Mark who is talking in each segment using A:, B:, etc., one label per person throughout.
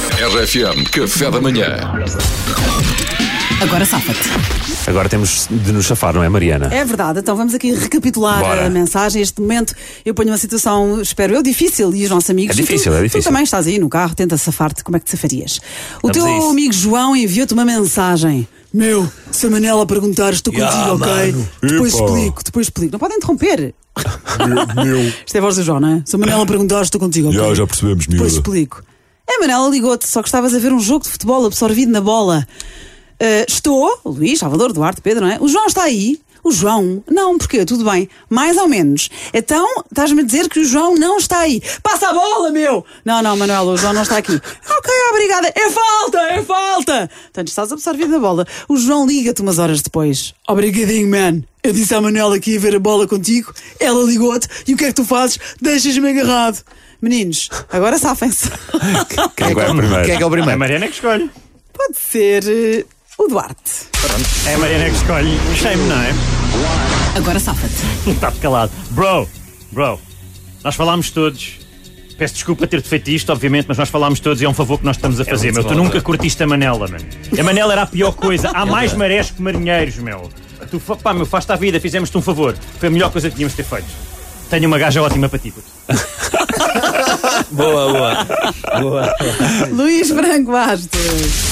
A: RFM, café da manhã.
B: Agora safa-te.
C: Agora temos de nos chafar, não é, Mariana?
B: É verdade, então vamos aqui recapitular
C: Bora.
B: a mensagem. Este momento eu ponho uma situação, espero eu, difícil e os nossos amigos.
C: É difícil,
B: e tu,
C: é difícil.
B: Tu também estás aí no carro, tenta safar-te, como é que te safarias? O
C: Vamos
B: teu
C: a isso.
B: amigo João enviou-te uma mensagem. Meu, se a Manela perguntar, estou contigo,
C: Ya,
B: ok?
C: mano.
B: Depois
C: Epa.
B: explico, depois explico. Não podem interromper.
C: Meu.
B: Isto é a voz do João, não é? Se a Manela perguntar, estou contigo, ok?
C: Já, já percebemos,
B: Depois
C: miúda.
B: explico. A Manela ligou-te, só que estavas a ver um jogo de futebol absorvido na bola. Eh, estou, Luís, Salvador, Duarte, Pedro, não é? O João está aí. O João? Não, porque tudo bem. Mais ou menos. Então, estás-me a dizer que o João não está aí. Passa a bola, meu! Não, não, Manuela, o João não está aqui. ok, obrigada. É falta, é falta! Portanto, estás absorvido na bola. O João liga-te umas horas depois. Obrigadinho, man. Eu disse à Manuela que ia ver a bola contigo. Ela ligou-te. E o que é que tu fazes? Deixas-me agarrado. Meninos, agora safem-se.
C: Quem é que vai primeiro?
D: Quem é que é o
E: É a
D: primeiro?
E: Mariana que escolhe.
B: Pode ser eh, o Duarte.
E: É a Mariana que escolhe. Shame, não é?
B: Agora safa-te.
E: Está calado. Bro, bro, nós falámos todos. Peço desculpa ter-te feito isto, obviamente, mas nós falámos todos e é um favor que nós estamos a fazer, meu. Tu nunca curtiste a Manela, mano. A Manela era a pior coisa. Há mais marés que marinheiros, meu. Tu, fa- pá, meu, faz-te a vida, fizemos-te um favor. Foi a melhor coisa que tínhamos de ter feito. Tenho uma gaja ótima para ti. puto.
D: Boa, boa.
B: Luís Branco Bastos.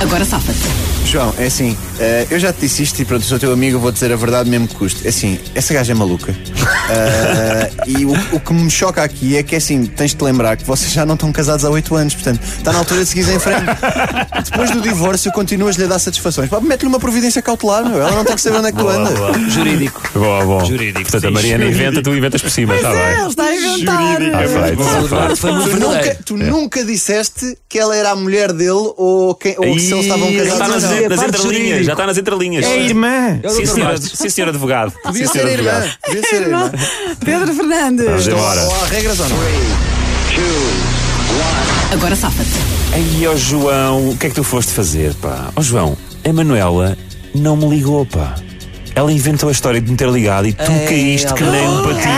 B: Agora
C: Tá
B: safa-te.
D: João, é assim, eh, eu já te disse isto e pronto, sou teu amigo, eu vou dizer a verdade mesmo que custe. É assim, essa gaja é maluca. Eh, e o, o que me choca aqui é que é assim, tens de lembrar que vocês já não estão casados há 8 anos, portanto, está na altura de seguir em frente. Depois do divórcio, continuas-lhe a dar satisfações. Pá, Mete-lhe uma providência cautelar, meu. Ela não tem que saber onde é que tu
C: Ah,
D: andas.
F: Jurídico.
C: Bom, bom.
F: Jurídico,
C: Portanto, a
F: sim,
C: Mariana
E: jurídico.
C: inventa, tu inventas por cima,
D: é.
C: está
B: é, Ele
C: bem.
B: está a inventar.
C: Está feito,
F: O
C: está feito.
F: Duarte foi muito
D: Tu, nunca,
F: verdadeiro.
D: tu nunca disseste que ela era a mulher dele ou, quem, ou que se eles estavam
C: Ih,
D: casados
C: está
D: ou
C: nas,
D: não. É
C: nas
F: Parte
C: entrelinhas,
F: jurídico.
C: já está nas entrelinhas.
E: irmã!
C: Sim, senhora, sim, senhor advogado. Sim,
D: Devia ser
C: senhor
D: a irmã.
C: advogado.
D: Devia ser a irmã.
B: Pedro Fernandes.
C: Vamos embora.
D: Ou há regras ou não?
B: Agora safa-te.
C: Aí, ó João, o que é que tu foste fazer, pá? Ó João, a Manuela não me ligou, pá. Ela inventou a história de me ter ligado e tu
F: Ei,
C: caíste que
F: ela-
C: nem um patinho.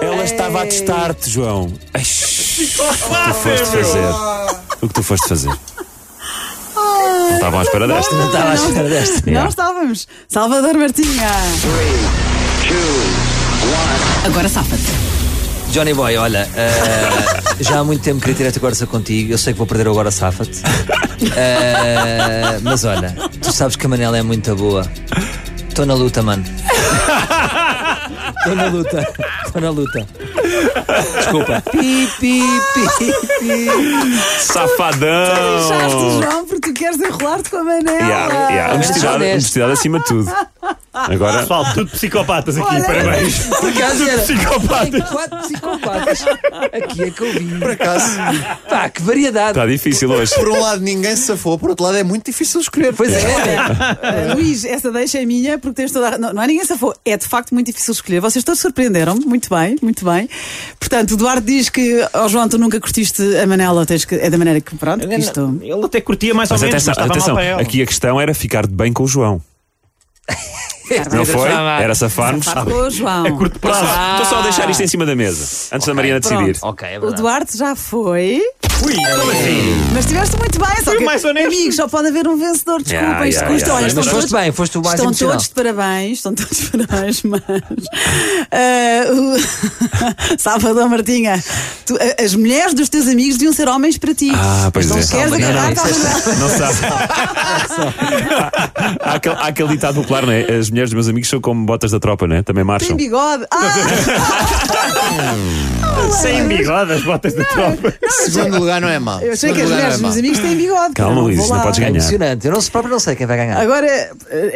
C: Ela, ela estava a testar-te, João. Ai, shhh, o que tu foste fazer? O que tu foste fazer? Não estavam à espera desta.
F: Não estava à espera desta.
B: Não
C: Yeah.
B: estávamos. Salvador Martinha. Agora safa-te.
F: Johnny Boy, olha, eh, já há muito tempo queria ter esta conversa contigo. Eu sei que vou perder agora, safa-te. Eh, mas olha, tu sabes que a Manela é muito boa. Estou na luta, mano. Estou na luta. Estou na luta. Desculpa. Pi, pi, pi, pi.
B: Deixaste o
F: Oh.
C: Safadão!
B: João porque tu queres enrolar-te com a Manela.
C: Yeah,
E: Ah,
C: yeah. Honestidade,
F: Honesto.
C: honestidade acima de tudo. Agora.
E: Pessoal, tudo psicopatas aqui,
B: Olha.
E: parabéns.
F: Por acaso era.
E: Psicopatas.
F: Tem quatro psicopatas. Aqui é que eu vi.
D: Por acaso,
F: Pá, que variedade.
C: Está tá difícil hoje.
D: por um lado ninguém se safou, por outro lado é muito difícil escolher.
F: Pois é.
B: Uh, Luís, essa deixa é minha porque tens toda a... não, não é ninguém safou. É de facto muito difícil escolher. Vocês todos surpreenderam-me. Muito bem, muito bem. Portanto, o Duarte diz que, ó João, tu nunca curtiste a Manela. Tens que... É da maneira que, pronto, que isto...
E: Ele até curtia mais ou
C: Mas
E: menos,
C: atenção,
E: mas estava mal
C: atenção,
E: para ela.
C: aqui a questão era ficar de bem com o João. Não foi? Era safarmos.
B: Safar com o João.
E: A é curto
C: Estou
E: prazo.
C: só- estou só a deixar isto em cima da mesa, antes da Mariana decidir.
B: pronto.
F: Ok, é
B: O
F: verdade.
B: Duarte já foi,
E: Ui, como assim?
B: mas estiveste muito bem. Só
E: Fui
B: que,
E: mais honesto.
B: amigos, só pode haver um vencedor. Desculpa,
C: Yeah,
B: isto
C: yeah,
B: custa.
C: yeah.
B: Olha,
F: Mas
B: estão
F: foste
B: todos-
F: bem, foste o mais
B: Estão
F: emocional.
B: todos de parabéns, estão todos de parabéns, mas. eh, o- Salvador Martinha, tu- a- as mulheres dos teus amigos deviam ser homens para ti.
C: Ah, pois
B: então,
C: é.
B: se queres
C: Não, não,
B: agarrar,
C: isso
B: não, não,
C: Não sabe. há, aquele, há aquele ditado popular, não é? As mulheres dos meus amigos são como botas da tropa, não é? Também
B: tem
C: marcham.
B: bigode. Ah,
E: Sem bigode, as botas da tropa.
D: Segundo lugar não é mau.
B: eu achei
D: Segundo
B: que as mulheres
D: lugar não é
B: dos
D: mau.
B: meus amigos têm bigode.
C: Calma,
B: Não,
C: Luís,
B: vou
C: não
B: lá.
C: podes
F: É
C: ganhar.
F: emocionante. Eu não, próprio não sei quem vai ganhar.
B: Agora, eh,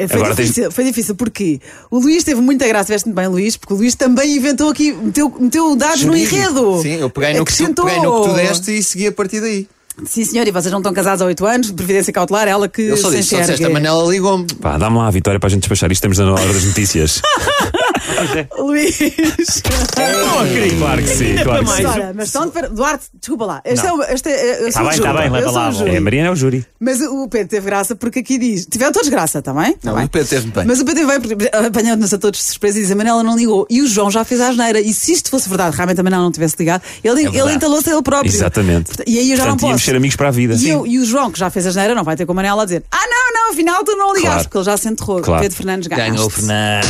B: foi,
C: Agora tens-
B: difícil, foi difícil, porque o Luís teve muita graça, veste muito bem, Luís, porque o Luís também inventou aqui, meteu, meteu dados
D: Jurídico.
B: no enredo.
D: Sim, eu peguei no, que tu,
B: Acrescentou.
D: peguei no que tu deste e segui a partir daí.
B: Sim, senhor, e vocês não estão casados há oito anos, previdência cautelar, ela que
D: Eu só
B: se
D: disse, só
B: enxerga. Tá
D: disseste, a Manela ligou-me.
C: Pá, dá-me lá a vitória para a gente despachar isto. Estamos na hora das notícias.
E: Pois é.
B: Luís.
C: Não acredito. Claro que sim, claro que sim.
B: Ora, mas estão de... Duarte, desculpa lá. Este
E: Não.
B: é o. Este é, eu
E: Tá
B: sou o
E: bem,
B: júri.
E: tá bem,
B: Eu
E: leva
B: sou
E: lá,
B: o júri.
E: bom.
C: É, a Mariana é o júri.
B: Mas o Pedro teve graça porque aqui diz. Tiveram todos graça, está bem? Tá
D: Não,
B: bem?
D: o Pedro teve bem.
B: Mas o Pedro veio porque apanhou-nos a todos de surpresa e diz: a Manela não ligou. E o João já fez a asneira. E se isto fosse verdade, realmente a Manela não tivesse ligado, ele, ele
F: verdade.
B: entalou-se ele próprio.
C: É Exatamente.
B: Porta- E aí eu já
C: Portanto,
B: não
C: íamos
B: posso.
C: ser amigos para a vida.
B: E,
C: Sim.
B: eu- e o João, que já fez a asneira, não vai ter com a Manela a dizer: ah, não, não, afinal tu não ligaste,
C: Claro.
B: porque ele já se enterrou.
C: Claro.
B: Pedro Fernandes ganha.
F: Ganhou o Fernando.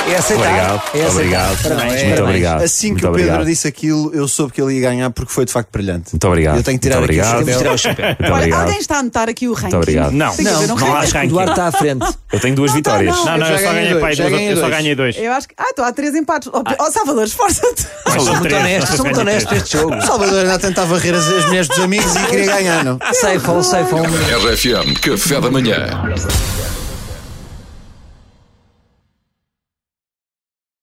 F: É
C: Obrigado.
F: aceitável. É aceitável.
C: Obrigado.
F: Parabéns,
C: Muito
F: parabéns.
C: obrigado.
D: Assim que
C: Ah, Muito
D: o Pedro
C: obrigado.
D: disse aquilo, eu soube que ele ia ganhar porque foi de facto brilhante.
C: Muito obrigado.
D: Eu tenho que tirar
C: Muito
D: aqui o
C: obrigado.
D: chapéu.
F: Tirar o chapéu.
C: Muito
B: Olha,
C: obrigado.
B: alguém está a anotar aqui o ranking.
C: obrigado.
E: Não,
B: Tem que haver um
E: não, não há
B: ranking.
F: O
E: ranking.
F: Duarte está à frente.
C: Eu tenho duas vitórias.
B: não. tá,
E: Não, não,
D: Eu já
E: eu só
D: ganhei
E: ganhei,
D: dois,
E: pai,
D: já
E: duas,
D: ganhei
E: eu só
D: dois.
E: ganhei dois.
B: Eu acho que. Ah, estou há três empates. Ó oh, Salvador, esforça-te.
F: São muito
E: três,
F: honestos, são
E: são
F: muito
E: três.
F: honestos neste jogo.
D: O Salvador ainda tentava varrer as, as mulheres dos amigos e queria ganhar, não?
F: Sai, Paulo, sai, Paulo.
A: RFM, café da manhã.